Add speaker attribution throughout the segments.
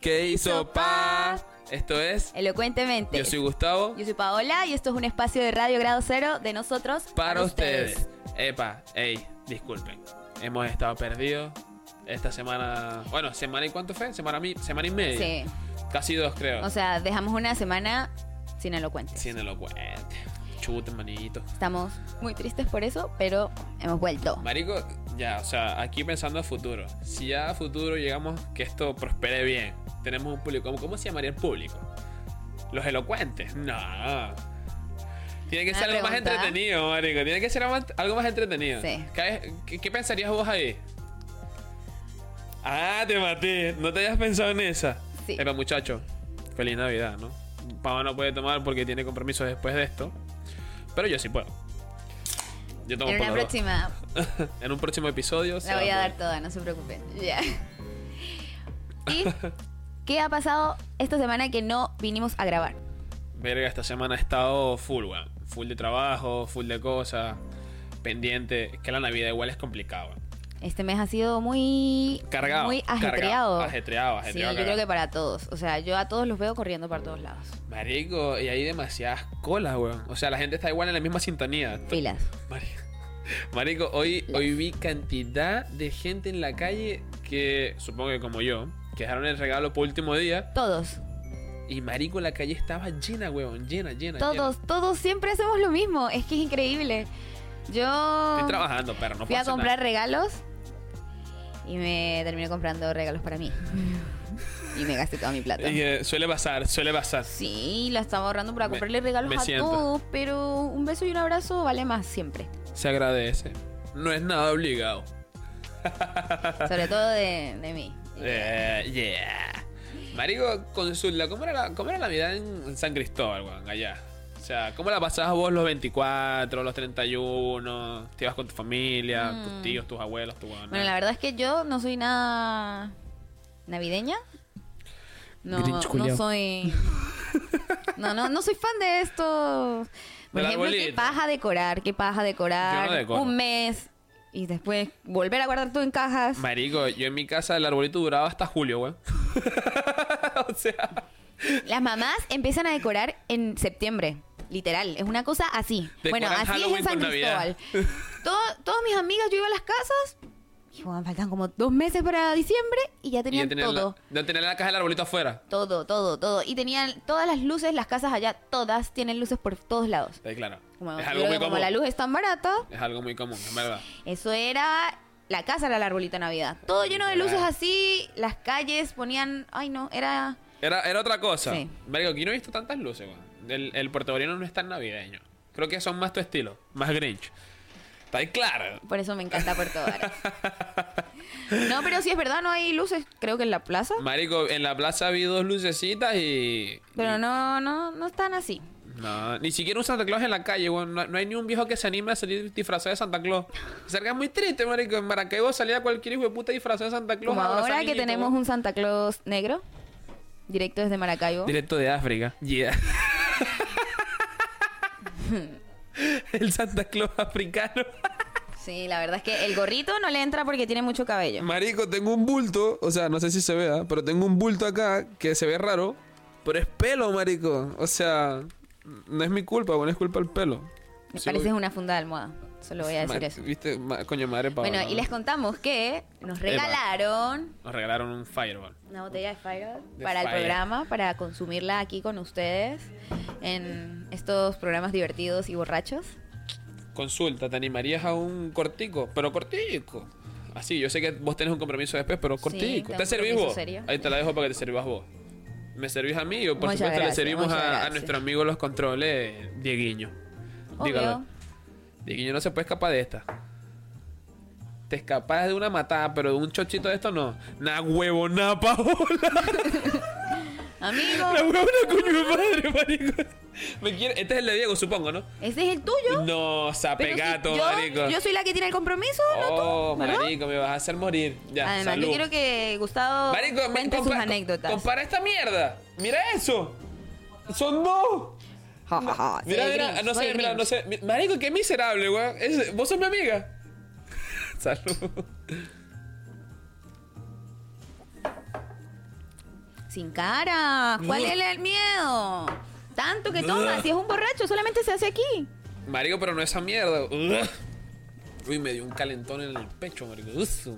Speaker 1: ¿Qué hizo Pa? Esto es.
Speaker 2: Elocuentemente.
Speaker 1: Yo soy Gustavo.
Speaker 2: Yo soy Paola y esto es un espacio de Radio Grado Cero de nosotros
Speaker 1: Para ustedes. Epa, ey, disculpen. Hemos estado perdidos esta semana. Bueno, semana y cuánto fue? Semana, mi- semana y media.
Speaker 2: Sí.
Speaker 1: Casi dos, creo.
Speaker 2: O sea, dejamos una semana sin elocuentes.
Speaker 1: Sin elocuente. Chute, manito.
Speaker 2: Estamos muy tristes por eso, pero hemos vuelto.
Speaker 1: Marico, ya, o sea, aquí pensando a futuro. Si ya a futuro llegamos que esto prospere bien, tenemos un público. ¿Cómo, cómo se llamaría el público? Los elocuentes. No. Tiene que
Speaker 2: Una
Speaker 1: ser algo más
Speaker 2: pregunta.
Speaker 1: entretenido, Marico. Tiene que ser algo más- algo más entretenido.
Speaker 2: Sí.
Speaker 1: ¿Qué, qué- qué pensarías vos ahí? Ah, te maté. No te habías pensado en esa.
Speaker 2: Sí.
Speaker 1: Epa, muchacho. Feliz Navidad, ¿no? Pablo no puede tomar porque tiene compromisos después de esto. Pero yo sí puedo. Yo tomo
Speaker 2: En
Speaker 1: por
Speaker 2: una
Speaker 1: las dos.
Speaker 2: próxima
Speaker 1: en un próximo episodio. se
Speaker 2: la
Speaker 1: va
Speaker 2: voy a
Speaker 1: poder.
Speaker 2: dar toda, no se preocupen. Ya. ¿Y qué ha pasado esta semana que no vinimos a grabar?
Speaker 1: Verga, esta semana he estado full, weón. Full de trabajo, full de cosas, pendiente. Es que la Navidad igual es complicado, weón.
Speaker 2: Este mes ha sido muy
Speaker 1: Cargado.
Speaker 2: muy
Speaker 1: cargado,
Speaker 2: ajetreado.
Speaker 1: ajetreado,
Speaker 2: Sí,
Speaker 1: ajetreado.
Speaker 2: yo creo
Speaker 1: cargado.
Speaker 2: que para todos. O sea, yo a todos los veo corriendo para todos lados.
Speaker 1: Marico, y hay demasiadas colas, weón. O sea, la gente está igual en la misma sintonía.
Speaker 2: Filas.
Speaker 1: Marico, Marico, hoy, hoy vi cantidad de gente en la calle que, supongo que como yo, que dejaron el regalo por último día.
Speaker 2: Todos,
Speaker 1: Y marico, la calle estaba llena, weón. Llena, llena.
Speaker 2: todos, todos siempre hacemos lo mismo. Es que es increíble. Yo
Speaker 1: llena. Estoy trabajando, pero no
Speaker 2: fui a
Speaker 1: pasa nada.
Speaker 2: comprar regalos y me terminé comprando regalos para mí. y me gasté toda mi plata.
Speaker 1: Y, eh, suele pasar, suele pasar.
Speaker 2: Sí, la estaba ahorrando para
Speaker 1: Me-
Speaker 2: comprarle regalos
Speaker 1: me
Speaker 2: a
Speaker 1: siento.
Speaker 2: todos, pero un beso y un abrazo vale más siempre.
Speaker 1: Se agradece. No es nada obligado.
Speaker 2: Sobre todo de, de mí.
Speaker 1: Eh, yeah. Marico, consulta, ¿cómo era la, cómo era la vida en San Cristóbal, weón, allá? O sea, ¿cómo la pasabas vos los 24, los 31? ¿Te ibas con tu familia,
Speaker 2: Mm.
Speaker 1: tus tíos, tus abuelos, tu weón?
Speaker 2: Bueno, la verdad es que yo no soy nada navideña. No,
Speaker 1: Grinch
Speaker 2: no
Speaker 1: culiao.
Speaker 2: soy. No, no, no soy fan de esto. Por
Speaker 1: Del
Speaker 2: ejemplo, qué
Speaker 1: arbolito.
Speaker 2: paja decorar, qué paja decorar.
Speaker 1: Yo no decoro.
Speaker 2: un mes y después volver a guardar todo en cajas.
Speaker 1: Marico, yo en mi casa el arbolito duraba hasta julio, weón. o sea,
Speaker 2: Las mamás empiezan a decorar en septiembre. Literal, es una cosa así.
Speaker 1: Decoran
Speaker 2: bueno, así es
Speaker 1: Halloween
Speaker 2: en San
Speaker 1: con Navidad.
Speaker 2: Cristóbal. Todo- todas mis amigas, yo iba a las casas y bueno, faltan como dos meses para diciembre y ya
Speaker 1: y
Speaker 2: tenían
Speaker 1: yo tenía
Speaker 2: todo.
Speaker 1: la, yo tenía la caja del arbolito afuera.
Speaker 2: Todo, todo, todo. Y tenían todas las luces, las casas allá, todas tienen luces por todos lados.
Speaker 1: Está claro.
Speaker 2: Como,
Speaker 1: es
Speaker 2: yo
Speaker 1: algo
Speaker 2: creo
Speaker 1: muy
Speaker 2: que como
Speaker 1: común.
Speaker 2: la luz es tan barata,
Speaker 1: Es algo muy común, es verdad.
Speaker 2: eso era la casa era el arbolito de Navidad. Todo lleno de luces así, las calles ponían, ay no, era
Speaker 1: Era, era otra cosa.
Speaker 2: Sí.
Speaker 1: Marico, aquí no he visto tantas luces, weón. El, el puertorriqueño no es tan navideño. Creo que son más tu estilo, más Grinch. Está ahí claro.
Speaker 2: por eso me encanta Puerto Varas. No, pero si es verdad, no hay luces, creo que en la plaza,
Speaker 1: Marico, en la plaza vi dos lucecitas y.
Speaker 2: pero no no no están así.
Speaker 1: No, ni siquiera un Santa Claus en la calle, weón. No, no hay ni un viejo que se anime a salir disfrazado de Santa Claus. Cerca es muy triste, marico. En Maracaibo salía cualquier hijo de puta disfrazado de Santa Claus.
Speaker 2: Como
Speaker 1: a abrazar
Speaker 2: ahora que
Speaker 1: niñitos,
Speaker 2: tenemos
Speaker 1: weón.
Speaker 2: un Santa Claus negro directo desde Maracaibo.
Speaker 1: Directo de África. Yeah. el Santa Claus africano.
Speaker 2: Sí, la verdad es que el gorrito no le entra porque tiene mucho cabello.
Speaker 1: Marico, tengo un bulto, o sea, no sé si se vea, pero tengo un bulto acá que se ve raro, pero es pelo, marico. O sea, no es mi culpa, bueno, es culpa del pelo.
Speaker 2: Me
Speaker 1: Sí,
Speaker 2: pareces
Speaker 1: voy-
Speaker 2: una funda de almohada. Solo voy a decir
Speaker 1: ma-
Speaker 2: eso.
Speaker 1: Viste, Ma- coño madre Paola,
Speaker 2: Bueno, y
Speaker 1: ¿no?
Speaker 2: les contamos que nos regalaron
Speaker 1: Nos regalaron un fireball.
Speaker 2: una botella de Fireball
Speaker 1: De
Speaker 2: para el
Speaker 1: Fire.
Speaker 2: programa, para consumirla aquí con ustedes en estos programas divertidos y borrachos.
Speaker 1: Consulta, ¿te animarías a un cortico? Pero cortico. Así, yo sé que vos tenés un compromiso después, pero cortico.
Speaker 2: tengo
Speaker 1: ¿Te
Speaker 2: un
Speaker 1: servís
Speaker 2: compromiso
Speaker 1: vos?
Speaker 2: serio.
Speaker 1: Ahí te la dejo para que te sirvas vos. Me servís a mí y yo, por
Speaker 2: Muchas
Speaker 1: supuesto
Speaker 2: gracias,
Speaker 1: le servimos
Speaker 2: muchas
Speaker 1: a, a
Speaker 2: gracias.
Speaker 1: nuestro amigo los controles, Dieguiño.
Speaker 2: Obvio.
Speaker 1: Dígalo. Dieguiño no se puede escapar de esta. Te escapas de una matada, pero de un chochito de esto no. Na huevo, na Paola.
Speaker 2: Amigo,
Speaker 1: Na huevo, na coño de madre, marico. Me quiere- Este es el de Diego, supongo, ¿no?
Speaker 2: ese es el tuyo.
Speaker 1: No,
Speaker 2: Pero si
Speaker 1: zapegato,
Speaker 2: yo,
Speaker 1: marico.
Speaker 2: yo soy la que tiene el compromiso, ¿no? tú?
Speaker 1: Oh,
Speaker 2: ¿verdad?
Speaker 1: marico, me vas a hacer morir. Ya,
Speaker 2: Además,
Speaker 1: salud.
Speaker 2: yo quiero que Gustavo
Speaker 1: Marico, me-
Speaker 2: cuente sus
Speaker 1: compa-
Speaker 2: anécdotas.
Speaker 1: Compara esta mierda. Mira eso. Son dos.
Speaker 2: Ja, ja, ja,
Speaker 1: Mira,
Speaker 2: soy
Speaker 1: mira,
Speaker 2: Grinch,
Speaker 1: no
Speaker 2: soy
Speaker 1: sé, mira,
Speaker 2: Grinch.
Speaker 1: no sé. Mi- Marico, qué miserable, weón. Es- Vos sos mi amiga. Salud.
Speaker 2: Sin cara. ¿Cuál es el miedo? Tanto que toma. Si es un borracho, solamente se hace aquí.
Speaker 1: Marico, pero no esa mierda. Uy, me dio un calentón en el pecho, marico. Uf.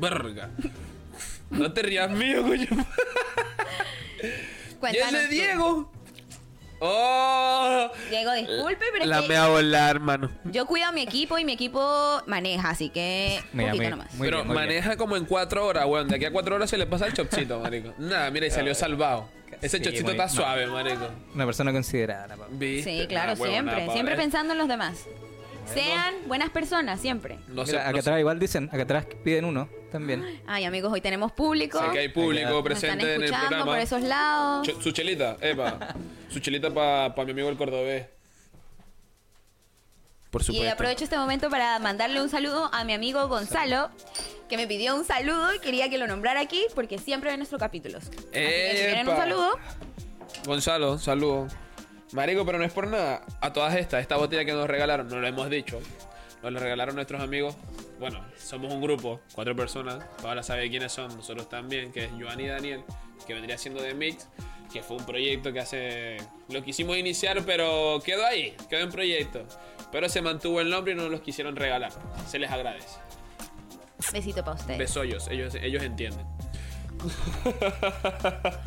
Speaker 1: Verga. No te rías mío, coño. Y el
Speaker 2: Cuéntanos
Speaker 1: de
Speaker 2: tú.
Speaker 1: Diego. Oh.
Speaker 2: Diego, disculpe, pero es
Speaker 1: La
Speaker 2: que
Speaker 1: me va a volar, hermano.
Speaker 2: yo cuido a mi equipo y mi equipo maneja, así que
Speaker 3: Mira,
Speaker 2: poquito
Speaker 3: mira,
Speaker 2: nomás.
Speaker 3: Muy
Speaker 1: Pero
Speaker 3: bien, muy
Speaker 1: maneja como en cuatro horas, weón. De aquí a cuatro horas se le pasa el chopcito, marico. Nada, mira, y salió salvado. Ese
Speaker 3: Ah, Sí,
Speaker 1: chopcito
Speaker 3: muy-
Speaker 1: está
Speaker 3: no.
Speaker 1: suave, marico.
Speaker 3: Una persona considerada, la papa.
Speaker 1: ¿Viste?
Speaker 2: Sí, claro,
Speaker 1: Nah, Ah, huevo,
Speaker 2: siempre.
Speaker 1: nada,
Speaker 2: siempre
Speaker 1: pobre.
Speaker 2: pensando en los demás. Sean buenas personas, siempre.
Speaker 1: No sé,
Speaker 3: Mira, acá
Speaker 1: no sé.
Speaker 3: atrás igual dicen, acá atrás piden uno también.
Speaker 2: Ay, amigos, hoy tenemos público.
Speaker 1: Sé que hay público
Speaker 3: Nos
Speaker 2: Nos están
Speaker 1: presente en el
Speaker 2: escuchando
Speaker 1: programa.
Speaker 2: por esos lados.
Speaker 1: Ch- su chelita, epa. su chelita para mi amigo el cordobés. Por
Speaker 2: Y aprovecho este momento para mandarle un saludo a mi amigo Gonzalo, que me pidió un saludo y quería que lo nombrara aquí porque siempre ve nuestros capítulos. Así que si quieren un
Speaker 1: ¡Epa!
Speaker 2: saludo,
Speaker 1: Gonzalo, saludo. Marico, pero no es por nada. A todas estas, esta botella que nos regalaron, no lo hemos dicho. Nos la regalaron nuestros amigos. Bueno, somos un grupo, cuatro personas. Paola sabe quiénes son, nosotros también, que es Joan y Daniel, que vendría siendo The Mix, que fue un proyecto que hace. Lo quisimos iniciar, pero quedó ahí, quedó en proyecto. Pero se mantuvo el nombre y no los quisieron regalar. Se les agradece.
Speaker 2: besito para ustedes.
Speaker 1: Besollos, ellos, ellos entienden. A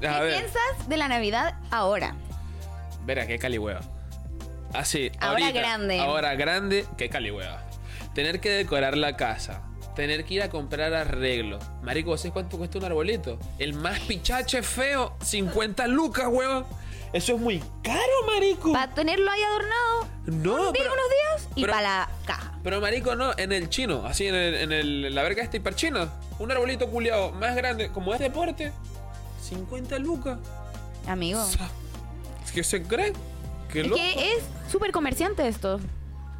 Speaker 2: ¿Qué
Speaker 1: ver,
Speaker 2: piensas de la Navidad ahora?
Speaker 1: verá qué calihueva. Así,
Speaker 2: Ahora grande.
Speaker 1: Ahora grande, qué calihueva. Tener que decorar la casa, tener que ir a comprar arreglo. Marico, ¿vos ¿sabes cuánto cuesta un arbolito? El más pichache feo, 50 lucas, hueva. Eso es muy caro, marico.
Speaker 2: Para tenerlo ahí adornado,
Speaker 1: Uh. no,
Speaker 2: digo
Speaker 1: pero-
Speaker 2: unos días y
Speaker 1: pero-
Speaker 2: para la caja.
Speaker 1: Pero marico, no, en el chino, así en, el- en el- la verga este hiperchino. Un arbolito culiado más grande, como es deporte, 50 lucas.
Speaker 2: Amigo.
Speaker 1: O sea, ¿Qué se cree? ¿Qué
Speaker 2: Es
Speaker 1: loco?
Speaker 2: que es súper comerciante esto.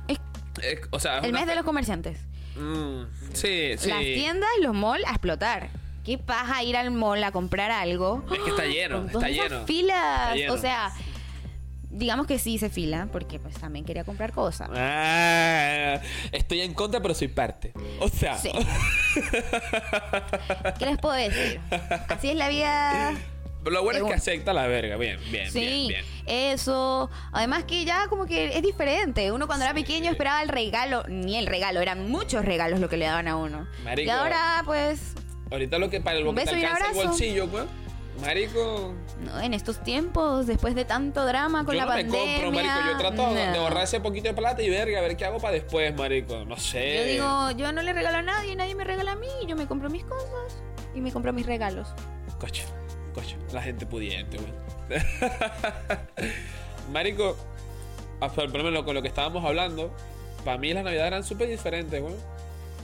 Speaker 2: Es
Speaker 1: Eh, o sea, es
Speaker 2: el
Speaker 1: una-
Speaker 2: mes de los comerciantes.
Speaker 1: Mm, sí, sí.
Speaker 2: Las tiendas, los malls a explotar. ¿Qué paja ir al mall a comprar algo?
Speaker 1: Es que está lleno,
Speaker 2: Con
Speaker 1: está
Speaker 2: todas esas
Speaker 1: lleno.
Speaker 2: filas.
Speaker 1: Está lleno.
Speaker 2: O sea, digamos que sí se fila, porque pues también quería comprar cosas.
Speaker 1: Ah, estoy en contra, pero soy parte. O sea,
Speaker 2: Sí. ¿Qué les puedo decir? Así es la vida.
Speaker 1: lo bueno es que
Speaker 2: Según-
Speaker 1: acepta la verga. Bien, bien, bien,
Speaker 2: Sí,
Speaker 1: bien.
Speaker 2: eso. Además que ya como que es diferente. Uno cuando era pequeño esperaba el regalo, ni el regalo, eran muchos regalos lo que le daban a uno.
Speaker 1: Marico.
Speaker 2: Y ahora pues,
Speaker 1: Ahorita lo que para el
Speaker 2: Un
Speaker 1: boquete
Speaker 2: beso y un
Speaker 1: alcanza el
Speaker 2: abrazo.
Speaker 1: bolsillo, weón. Marico,
Speaker 2: no, en estos tiempos, después de tanto drama con
Speaker 1: yo
Speaker 2: la
Speaker 1: no me
Speaker 2: pandemia.
Speaker 1: compro, marico. Yo trato de-
Speaker 2: no.
Speaker 1: de ahorrar ese poquito de plata y verga, a ver qué hago para después, marico. No sé.
Speaker 2: Yo digo, yo no le regalo a nadie, nadie me regala a mí, yo me compro mis cosas y me compro mis regalos.
Speaker 1: Coche, coche. La gente pudiente, weón. marico, a- por lo menos con lo que estábamos hablando, para mí las navidades eran súper diferentes, weón.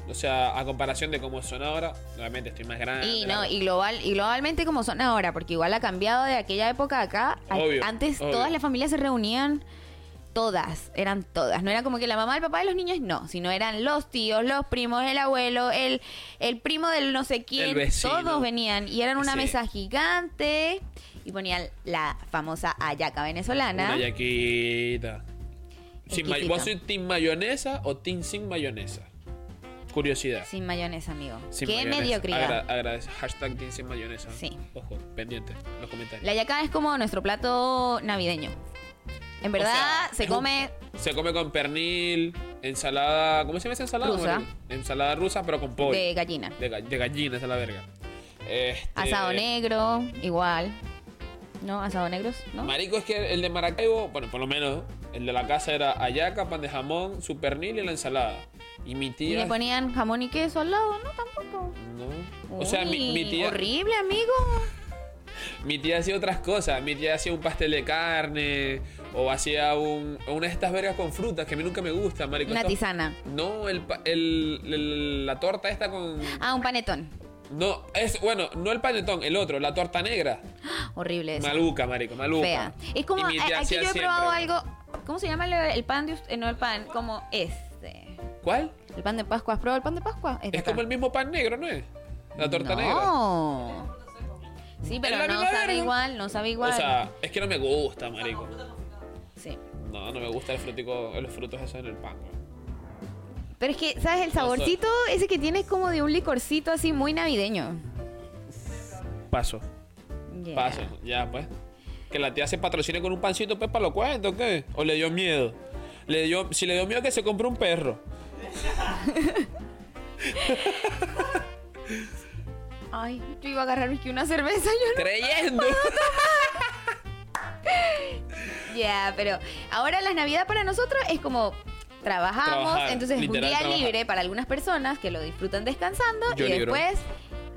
Speaker 1: O sea, a comparación de cómo son ahora, realmente estoy más grande.
Speaker 2: Y
Speaker 1: la-
Speaker 2: no, y global, y globalmente como son ahora, porque igual ha cambiado de aquella época a acá. A-
Speaker 1: Obvio,
Speaker 2: Antes
Speaker 1: obvio.
Speaker 2: todas las familias se reunían, todas, eran todas. No era como que la mamá, el papá de los niños, no, sino eran los tíos, los primos, el abuelo, el, el primo del no sé quién,
Speaker 1: El vecino.
Speaker 2: todos venían y eran una
Speaker 1: Sí.
Speaker 2: mesa gigante y ponían la famosa ayaca venezolana.
Speaker 1: Una yaquita. Sin ma-
Speaker 2: Exquisita.
Speaker 1: ¿Vos sois team mayonesa o team sin mayonesa? Curiosidad.
Speaker 2: Sin mayonesa, amigo.
Speaker 1: Sin
Speaker 2: Qué
Speaker 1: mayonesa.
Speaker 2: mediocridad.
Speaker 1: Agra- agradece. Hashtag team sin mayonesa.
Speaker 2: Sí.
Speaker 1: Ojo, pendiente. Los comentarios.
Speaker 2: La yaca es como nuestro plato navideño. En verdad,
Speaker 1: sea,
Speaker 2: se
Speaker 1: es un-
Speaker 2: come
Speaker 1: Se come con pernil, ensalada. ¿Cómo se llama esa ensalada?
Speaker 2: Rusa.
Speaker 1: marico? Ensalada rusa, pero con pollo.
Speaker 2: de gallina.
Speaker 1: De, ga- de gallina, esa es la verga. Este,
Speaker 2: Asado negro, igual. ¿No? Asado negros, ¿no?
Speaker 1: Marico, es que el de Maracaibo, bueno, por lo menos, el de la casa era ayaca, pan de jamón, su pernil y la ensalada. Y mi
Speaker 2: Y
Speaker 1: tía.
Speaker 2: le ponían jamón y queso al lado, ¿no? Tampoco.
Speaker 1: No. O sea, mi,
Speaker 2: Uy,
Speaker 1: mi tía.
Speaker 2: Horrible, amigo.
Speaker 1: Mi tía hacía otras cosas. Mi tía hacía un pastel de carne. O hacía un, una de estas vergas con frutas que a mí nunca me gusta, marico.
Speaker 2: Una
Speaker 1: Esto-
Speaker 2: tisana.
Speaker 1: No, el, pa- el- el- la torta esta con.
Speaker 2: Ah, un panetón.
Speaker 1: No, es. Bueno, no el panetón, el otro, la torta negra.
Speaker 2: Horrible eso.
Speaker 1: Maluca, marico, maluca.
Speaker 2: Fea. Es como,
Speaker 1: Y mi
Speaker 2: a-
Speaker 1: tía
Speaker 2: aquí
Speaker 1: hacía
Speaker 2: yo he
Speaker 1: siempre,
Speaker 2: probado
Speaker 1: güey.
Speaker 2: algo. ¿Cómo se llama el, el pan de usted? No, el pan, como este.
Speaker 1: ¿Cuál?
Speaker 2: El pan de Pascua. ¿Has probado el pan de Pascua? de
Speaker 1: Es
Speaker 2: acá.
Speaker 1: como el mismo pan negro, ¿no es? La torta negra.
Speaker 2: No. Sí, pero
Speaker 1: Es la
Speaker 2: no
Speaker 1: misma
Speaker 2: sabe
Speaker 1: verga.
Speaker 2: igual, no sabe igual.
Speaker 1: O sea, es que no me gusta, marico.
Speaker 2: sí.
Speaker 1: No, no me gusta el frutico, los frutos esos en el pan, güey.
Speaker 2: Pero es que, ¿sabes? El saborcito ese que tiene es como de un licorcito así muy navideño.
Speaker 1: Paso,
Speaker 2: Yeah.
Speaker 1: paso, ya pues. Que la tía se patrocine con un pancito, pues para lo cuento, ¿qué? O le dio miedo. Le dio, si le dio miedo que se compre un perro.
Speaker 2: Ay, yo iba a agarrar que una cerveza, yo no.
Speaker 1: Creyendo.
Speaker 2: Ya, pero ahora la Navidad para nosotros es como trabajamos,
Speaker 1: Trabajar,
Speaker 2: entonces es un día
Speaker 1: literal, trabajar.
Speaker 2: libre para algunas personas que lo disfrutan descansando
Speaker 1: Yo
Speaker 2: y
Speaker 1: libro.
Speaker 2: después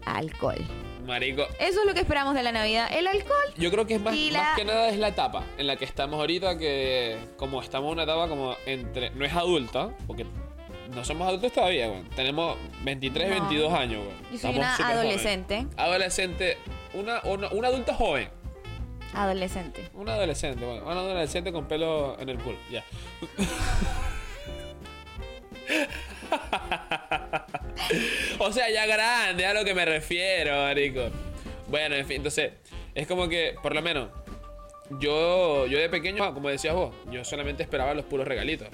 Speaker 2: alcohol.
Speaker 1: Marico,
Speaker 2: Eso es lo que esperamos de la Navidad, el alcohol.
Speaker 1: Yo creo que es más,
Speaker 2: Y la-
Speaker 1: más que nada es la etapa en la que estamos ahorita, que como estamos en una etapa como entre... No es adulta, porque no somos adultos todavía, güey. Tenemos 23,
Speaker 2: No.
Speaker 1: 22 años, güey.
Speaker 2: Yo soy
Speaker 1: Estamos
Speaker 2: una
Speaker 1: súper jóvenes.
Speaker 2: adolescente.
Speaker 1: Adolescente, una, una, una adulta joven.
Speaker 2: Adolescente.
Speaker 1: Una adolescente, bueno, una adolescente con pelo en el culo, ya. o sea, ya grande, a lo que me refiero, marico. Bueno, en fin, entonces, es como que, por lo menos, yo, yo de pequeño, como decías vos, yo solamente esperaba los puros regalitos.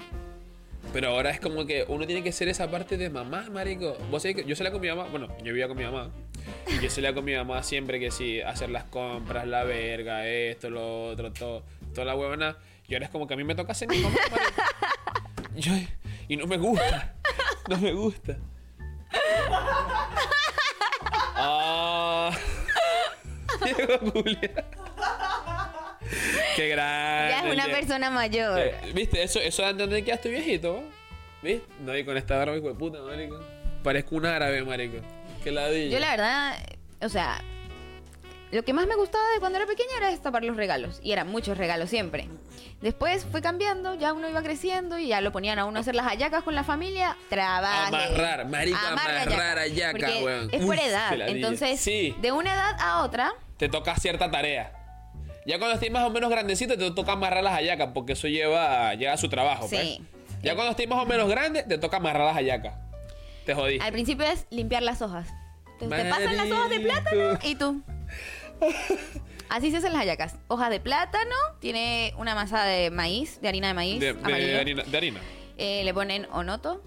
Speaker 1: Pero ahora es como que uno tiene que ser esa parte de mamá, marico. Vos sabés que yo salía con mi mamá, bueno, yo vivía con mi mamá. Yo salía con mi mamá siempre que sí, hacer las compras, la verga, esto, lo otro, todo, toda la huevona. Y ahora es como que a mí me toca ser mi mamá, marico. Yo- y no me gusta, no me gusta. Ah. Diego Julia. Qué grande.
Speaker 2: Ya es una
Speaker 1: Diego.
Speaker 2: persona mayor.
Speaker 1: Eh, ¿Viste? Eso, eso de entender que ya estoy viejito, ¿viste? No, y con esta barba, hijo de puta, marico. Parezco un árabe, marico. Que la
Speaker 2: Yo la verdad, o sea, lo que más me gustaba de cuando era pequeña era destapar los regalos. Y eran muchos regalos siempre. Después fue cambiando, ya uno iba creciendo y ya lo ponían a uno a hacer las hallacas con la familia. Trabaje.
Speaker 1: Amarrar, marico, amarrar hallaca,
Speaker 2: Porque
Speaker 1: weón.
Speaker 2: Es
Speaker 1: Uf,
Speaker 2: por
Speaker 1: qué
Speaker 2: edad.
Speaker 1: ladilla.
Speaker 2: Entonces,
Speaker 1: Sí.
Speaker 2: de una edad a otra,
Speaker 1: Te toca cierta tarea. Ya cuando estés más o menos grandecito, te toca amarrar las hallacas, porque eso lleva, lleva a su trabajo,
Speaker 2: Sí.
Speaker 1: pues. Ya cuando estés más o menos grande, te toca amarrar las hallacas. Te jodí.
Speaker 2: al principio es limpiar las hojas. Entonces, te pasan las hojas de
Speaker 1: Marico.
Speaker 2: plátano y tú. Así se hacen las hallacas. Hojas de plátano, tiene una masa de maíz, de harina de maíz.
Speaker 1: De, de-
Speaker 2: amarillo.
Speaker 1: de harina, de harina.
Speaker 2: Eh, le ponen onoto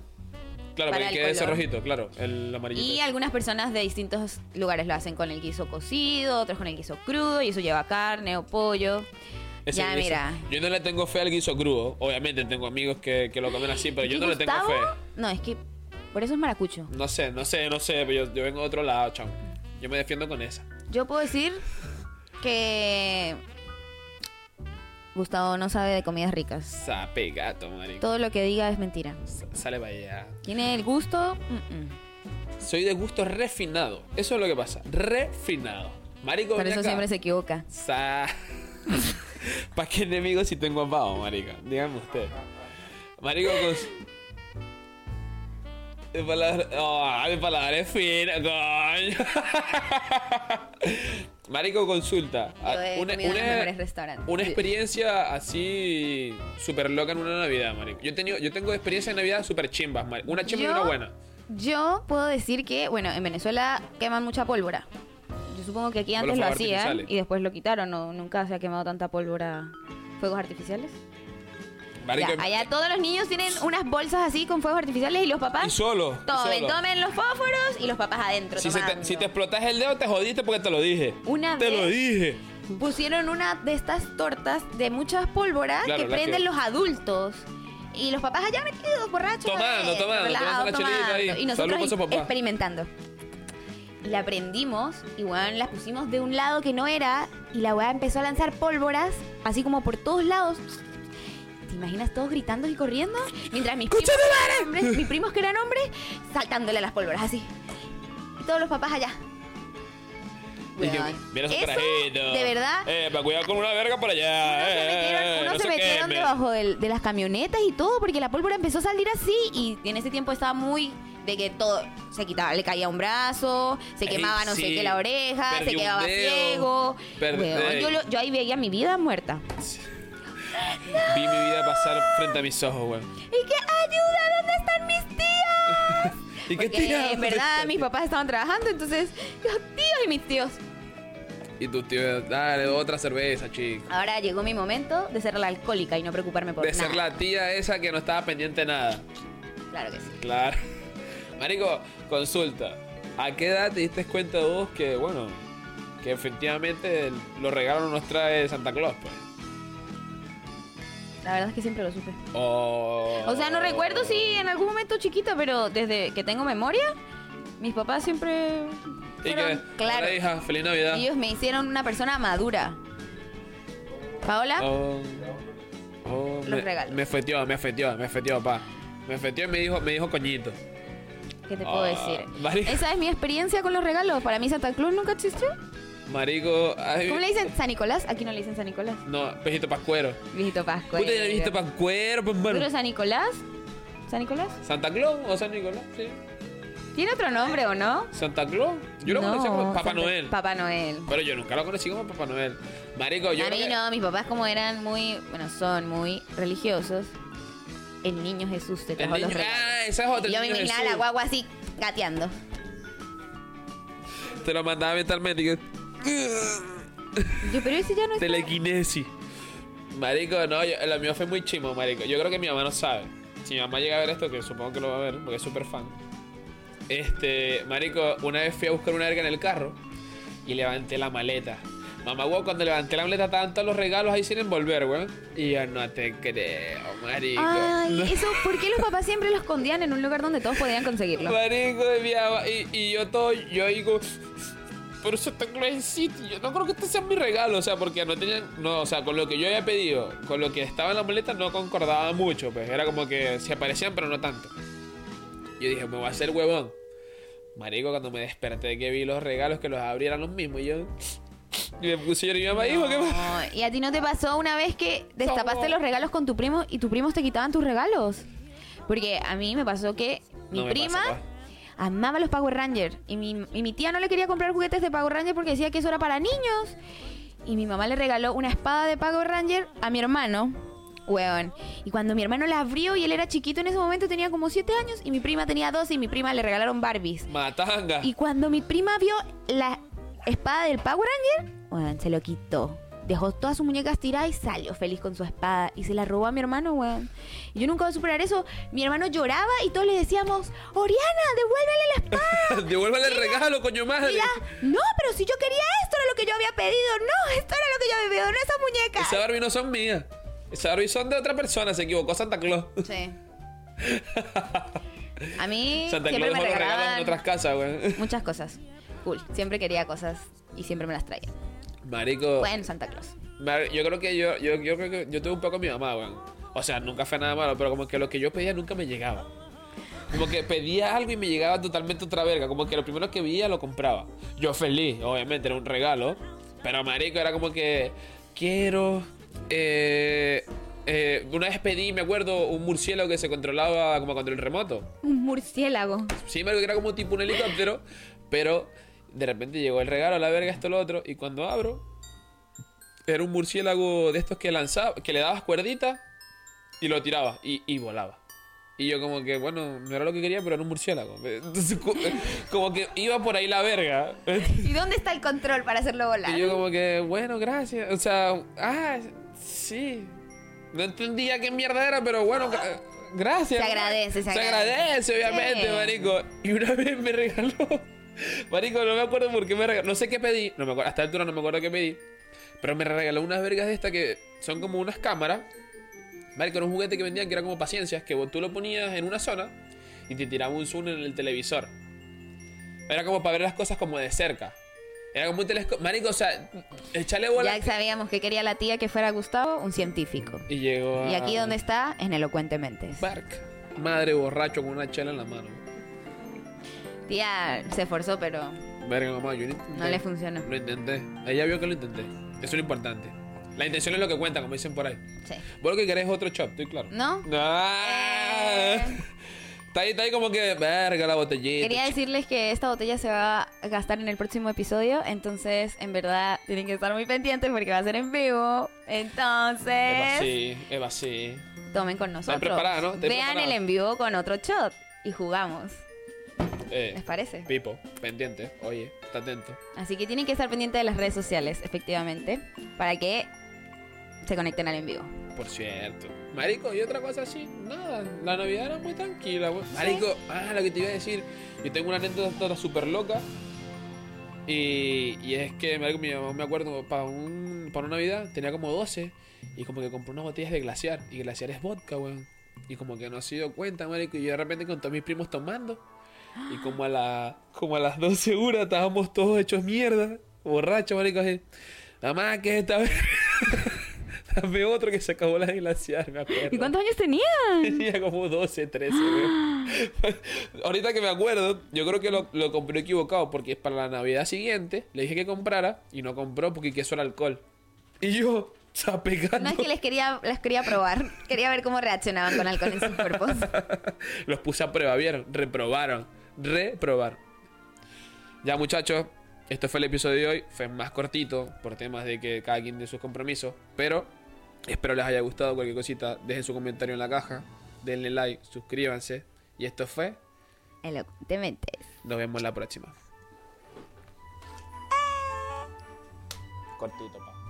Speaker 1: Claro,
Speaker 2: Para
Speaker 1: para que
Speaker 2: el
Speaker 1: quede ese
Speaker 2: color.
Speaker 1: rojito, claro, el amarillito.
Speaker 2: y
Speaker 1: ese.
Speaker 2: algunas personas de distintos lugares lo hacen con el guiso cocido, otros con el guiso crudo y eso lleva carne o pollo.
Speaker 1: Ese
Speaker 2: ya,
Speaker 1: guiso.
Speaker 2: mira.
Speaker 1: Yo no le tengo fe al guiso crudo. Obviamente tengo amigos que, que lo comen así, pero yo
Speaker 2: Aquí
Speaker 1: no le tengo
Speaker 2: Gustavo-
Speaker 1: fe.
Speaker 2: No, es que por eso es maracucho.
Speaker 1: No sé, no sé, no sé, pero yo, yo vengo de otro lado, chamo. Yo me defiendo con esa.
Speaker 2: Yo puedo decir que Gustavo no sabe de comidas ricas.
Speaker 1: Sape gato, marico.
Speaker 2: Todo lo que diga es mentira.
Speaker 1: Sa- Sale para allá.
Speaker 2: Tiene el gusto. Mm, mm.
Speaker 1: Soy de gusto refinado. Eso es lo que pasa. Refinado. Marico,
Speaker 2: Por
Speaker 1: ven
Speaker 2: eso
Speaker 1: acá.
Speaker 2: siempre se equivoca.
Speaker 1: Sa... ¿Para qué enemigo si tengo a Pavo, marico? Díganme usted. Marico, con... su- Mi palabra... Oh, mi palabra es fina, coño. Marico, consulta.
Speaker 2: Yo he
Speaker 1: Una,
Speaker 2: comido en los
Speaker 1: una-
Speaker 2: mejores restaurantes.
Speaker 1: una experiencia así súper loca en una Navidad, marico. Yo, he tenido- yo tengo experiencia de Navidad súper chimbas, marico. Una chimba y una buena.
Speaker 2: Yo puedo decir que, bueno, en Venezuela queman mucha pólvora. Yo supongo que aquí
Speaker 1: O
Speaker 2: antes
Speaker 1: los
Speaker 2: lo
Speaker 1: fuegos
Speaker 2: hacían
Speaker 1: artificiales.
Speaker 2: y después lo quitaron. No, nunca se ha quemado tanta pólvora. ¿Fuegos artificiales?
Speaker 1: Marico,
Speaker 2: Ya, allá todos los niños tienen unas bolsas así con fuegos artificiales y los papás
Speaker 1: y solo. y
Speaker 2: tomen,
Speaker 1: solo.
Speaker 2: tomen los fósforos y los papás adentro
Speaker 1: Si, se te,
Speaker 2: tomando.
Speaker 1: si te explotas el dedo, te jodiste porque te lo dije.
Speaker 2: Una
Speaker 1: Te
Speaker 2: vez-
Speaker 1: lo dije.
Speaker 2: Pusieron una de estas tortas de muchas pólvoras
Speaker 1: Claro,
Speaker 2: que
Speaker 1: las
Speaker 2: prenden
Speaker 1: que-
Speaker 2: los adultos. Y los papás allá metidos, borrachos.
Speaker 1: Tomando,
Speaker 2: adentro,
Speaker 1: tomando,
Speaker 2: relajados,
Speaker 1: tomándose una chelita ahí.
Speaker 2: tomando. Y
Speaker 1: Salud por
Speaker 2: nosotros
Speaker 1: su papá.
Speaker 2: experimentando. Y la prendimos, y weón, las pusimos de un lado que no era, y la weá empezó a lanzar pólvoras, así como por todos lados. ¿Te imaginas todos gritando y corriendo? Mientras mis primos, que eran hombres- mis primos que eran hombres, saltándole a las pólvoras, así. Y todos los papás allá.
Speaker 1: Y que-
Speaker 2: Weón.
Speaker 1: Mira su
Speaker 2: Eso,
Speaker 1: carajito.
Speaker 2: de verdad,
Speaker 1: Eh, para cuidar con una verga por allá.
Speaker 2: unos se
Speaker 1: eh,
Speaker 2: metieron,
Speaker 1: eh, no
Speaker 2: unos se
Speaker 1: sé
Speaker 2: metieron
Speaker 1: qué, me-
Speaker 2: debajo del- de las camionetas y todo, porque la pólvora empezó a salir así y en ese tiempo estaba muy de que todo se quitaba, le caía un brazo, se
Speaker 1: Ey,
Speaker 2: quemaba no sé
Speaker 1: sí.
Speaker 2: qué la oreja,
Speaker 1: Perdí
Speaker 2: se
Speaker 1: un
Speaker 2: quedaba
Speaker 1: dedo.
Speaker 2: ciego.
Speaker 1: Perdí-
Speaker 2: Weón, yo,
Speaker 1: ey.
Speaker 2: lo- yo ahí veía mi vida muerta.
Speaker 1: Vi mi vida pasar frente a mis ojos, güey.
Speaker 2: Y que ayuda, ¿dónde están mis tíos?
Speaker 1: ¿Y qué
Speaker 2: Porque
Speaker 1: tía?
Speaker 2: en verdad mis papás estaban trabajando, entonces los tíos y mis tíos.
Speaker 1: Y tu tío, dale otra cerveza, chico.
Speaker 2: Ahora llegó mi momento de ser la alcohólica y no preocuparme por
Speaker 1: De
Speaker 2: nada.
Speaker 1: ser la tía esa que no estaba pendiente de nada.
Speaker 2: Claro que sí.
Speaker 1: Claro. Marico, consulta. ¿A qué edad te diste cuenta vos que, bueno, que efectivamente el- los regalos nos trae Santa Claus, pues?
Speaker 2: La verdad es que siempre lo supe.
Speaker 1: O...
Speaker 2: O sea, no recuerdo si en algún momento chiquita, pero desde que tengo memoria, mis papás siempre.
Speaker 1: Y que,
Speaker 2: fueron- claro.
Speaker 1: hola, hija, feliz Navidad.
Speaker 2: Ellos me hicieron una persona madura. Paola,
Speaker 1: Oh, oh,
Speaker 2: Ah. Los
Speaker 1: me,
Speaker 2: regalos.
Speaker 1: Me fetió, me fetió, me fetió, pa. Me fetió y me dijo, me dijo coñito.
Speaker 2: ¿qué te puedo
Speaker 1: Ah,
Speaker 2: decir?
Speaker 1: marica.
Speaker 2: Esa es mi experiencia con los regalos. Para mí Santa Claus nunca existió.
Speaker 1: Marico, ay,
Speaker 2: ¿Cómo le dicen San Nicolás? Aquí no le dicen San Nicolás.
Speaker 1: No, pejito pascuero.
Speaker 2: Viejito Pascua.
Speaker 1: Puta, ya viste pascuero, pues,
Speaker 2: ¿Duro
Speaker 1: mano.
Speaker 2: San Nicolás? ¿San Nicolás?
Speaker 1: Santa Claus o San Nicolás, sí.
Speaker 2: ¿Tiene otro nombre o no?
Speaker 1: Santa Claus. Yo lo
Speaker 2: No,
Speaker 1: conocía como Papá
Speaker 2: Santa-
Speaker 1: Noel.
Speaker 2: Papá Noel.
Speaker 1: Pero yo nunca lo conocí como Papá Noel. Marico, yo
Speaker 2: a mí
Speaker 1: creo que-
Speaker 2: no, mis papás como eran muy, bueno, son muy religiosos. El niño Jesús te
Speaker 1: El
Speaker 2: trajo los
Speaker 1: niño-
Speaker 2: regalos.
Speaker 1: Ah, esa es otra.
Speaker 2: Y yo
Speaker 1: el
Speaker 2: me
Speaker 1: niño
Speaker 2: imaginaba la
Speaker 1: Jesús.
Speaker 2: guagua así, gateando.
Speaker 1: Te lo mandaba mentalmente. y que-
Speaker 2: Yo, pero ese ya no es...
Speaker 1: Telequinesis. Marico, no, yo- lo mío fue muy chimo, marico. Yo creo que mi mamá no sabe. Si mi mamá llega a ver esto, que supongo que lo va a ver, porque es súper fan. Este, marico, una vez fui a buscar una verga en el carro y levanté la maleta. Mamá, weón, cuando levanté la maleta estaban todos los regalos ahí sin envolver, weón. Y yo no te creo, marico.
Speaker 2: Ay,
Speaker 1: No.
Speaker 2: eso, ¿por qué los papás siempre los escondían en un lugar donde todos podían conseguirlo?
Speaker 1: Marico, y, mi ama- y, y yo todo, yo digo, pero eso está en sitio. Yo no creo que este sea mi regalo, o sea, porque no tenían, no, o sea, con lo que yo había pedido, con lo que estaba en la maleta no concordaba mucho, pues era como que se parecían, pero no tanto. Yo dije, me voy a hacer huevón. Marico, cuando me desperté que vi los regalos que los abrieran los mismos, y yo, y me puse yo y mi mamá, hijo, ¿qué pasa?
Speaker 2: No, ¿Y a ti no te pasó una vez que destapaste
Speaker 1: Somos-
Speaker 2: los regalos con tu primo y tus primos te quitaban tus regalos? Porque a mí me pasó que mi
Speaker 1: No me
Speaker 2: prima
Speaker 1: pasa,
Speaker 2: amaba los Power Rangers y mi, y mi tía no le quería comprar juguetes de Power Rangers porque decía que eso era para niños. Y mi mamá le regaló una espada de Power Ranger a mi hermano. Weón. Y cuando mi hermano la abrió y él era chiquito en ese momento, tenía como 7 años y mi prima tenía 12 y mi prima le regalaron Barbies.
Speaker 1: Matanga.
Speaker 2: Y cuando mi prima vio la espada del Power Ranger, weón, se lo quitó. Dejó todas sus muñecas tiradas y salió feliz con su espada. Y se la robó a mi hermano, weón. Y yo nunca voy a superar eso. Mi hermano lloraba y todos le decíamos, Oriana, devuélvele la espada.
Speaker 1: Devuélvele el regalo, coño madre.
Speaker 2: Y ella, no, pero si yo quería esto, era lo que yo había pedido. No, esto era lo que yo había pedido, no esas muñecas.
Speaker 1: Esas Barbie no son mías. Esas Barbie son de otra persona, se equivocó Santa Claus.
Speaker 2: Sí. A mí
Speaker 1: Santa
Speaker 2: siempre
Speaker 1: Claus
Speaker 2: me
Speaker 1: nos lo regalan en
Speaker 2: regalaban
Speaker 1: otras casas, güey.
Speaker 2: muchas cosas. Cool. Siempre quería cosas y siempre me las traía.
Speaker 1: Marico.
Speaker 2: Bueno, Santa Claus.
Speaker 1: mar- yo creo que yo, yo, yo creo que yo tuve un poco a mi mamá, güey. O sea, nunca fue nada malo, pero como que lo que yo pedía nunca me llegaba. Como que pedía algo y me llegaba totalmente otra verga. Como que lo primero que veía lo compraba. Yo feliz, obviamente, era un regalo. Pero marico, era como que quiero. eh, eh, una vez pedí, me acuerdo, un murciélago que se controlaba como control remoto.
Speaker 2: Un murciélago.
Speaker 1: Sí, me acuerdo que era como tipo un helicóptero, pero de repente llegó el regalo, la verga, esto, lo otro, y cuando abro, era un murciélago de estos que lanzaba, que le dabas cuerdita y lo tirabas y, y volaba. Y yo como que, bueno, no era lo que quería, pero era un murciélago. Entonces, co- como que iba por ahí la verga.
Speaker 2: ¿Y dónde está el control para hacerlo volar?
Speaker 1: Y yo como que, bueno, gracias. O sea, ah, sí. No entendía qué mierda era, pero bueno, gra- gracias.
Speaker 2: Se agradece, se
Speaker 1: agradece, obviamente,
Speaker 2: Sí.
Speaker 1: marico. Y una vez me regaló, marico, no me acuerdo por qué me regaló, no sé qué pedí, no me acuerdo, hasta la altura no me acuerdo qué pedí, pero me regaló unas vergas de estas que son como unas cámaras, marico, era un juguete que vendían que era como paciencias, que vos- tú lo ponías en una zona y te tiraba un zoom en el televisor. Era como para ver las cosas como de cerca. Era como un telescopio. Marico, o sea, échale bola.
Speaker 2: Ya sabíamos que quería la tía que fuera Gustavo, un científico.
Speaker 1: Y llegó a...
Speaker 2: Y aquí donde está, en elocuentemente.
Speaker 1: Bark. Madre borracho con una chela en la mano.
Speaker 2: Tía se esforzó, pero
Speaker 1: Verga, mamá, yo lo intenté.
Speaker 2: no le funcionó.
Speaker 1: Lo intenté. Ella vio que lo intenté. Eso es lo importante. La intención es lo que cuenta, como dicen por ahí.
Speaker 2: Sí.
Speaker 1: Vos lo que querés es otro chop, estoy claro.
Speaker 2: ¿No?
Speaker 1: Ah.
Speaker 2: Eh.
Speaker 1: Está ahí, está ahí como que... Verga, la botellita.
Speaker 2: Quería decirles que esta botella se va a gastar en el próximo episodio, entonces en verdad tienen que estar muy pendientes porque va a ser en vivo.
Speaker 1: Eva
Speaker 2: Entonces,
Speaker 1: sí, Eva sí.
Speaker 2: tomen con
Speaker 1: Estás
Speaker 2: nosotros.
Speaker 1: preparada, ¿no? Estás
Speaker 2: Vean
Speaker 1: preparada.
Speaker 2: el en vivo con otro shot y jugamos.
Speaker 1: Eh,
Speaker 2: ¿Les parece?
Speaker 1: Pipo, pendiente. Oye, está atento.
Speaker 2: Así que tienen que estar pendientes de las redes sociales, efectivamente, para que se conecten al en vivo.
Speaker 1: Por cierto. Marico, y otra cosa así, nada, la Navidad era muy tranquila, güey. Marico, ah, lo que te iba a decir, yo tengo una anécdota súper loca. Y, y es que, marico, mi mamá, me acuerdo, para, un, para una Navidad tenía como 12 y como que compró unas botellas de glaciar. Y glaciar es vodka, weón. Y como que no se dio cuenta, marico, y yo de repente con todos mis primos tomando. Y como a, la, como a las 12 horas estábamos todos hechos mierda, borrachos, marico, así. Mamá, ¿qué es esta verga?" Dame otro que se acabó la de glaciar, me acuerdo.
Speaker 2: ¿Y cuántos años tenías?
Speaker 1: Tenía como 12, 13, weón. Ahorita que me acuerdo, yo creo que lo, lo compré equivocado porque para la Navidad siguiente le dije que comprara y no compró porque que eso era alcohol. Y yo, zapegando.
Speaker 2: No es que les quería, les quería probar. Quería ver cómo reaccionaban con alcohol en sus cuerpos.
Speaker 1: Los puse a prueba, ¿vieron? Reprobaron. Reprobar. Ya, muchachos, esto fue el episodio de hoy. Fue más cortito por temas de que cada quien de sus compromisos. Pero espero les haya gustado cualquier cosita. Dejen su comentario en la caja. Denle like, suscríbanse. Y esto fue.
Speaker 2: Elocuentemente.
Speaker 1: Nos vemos la próxima. Cortito, pa.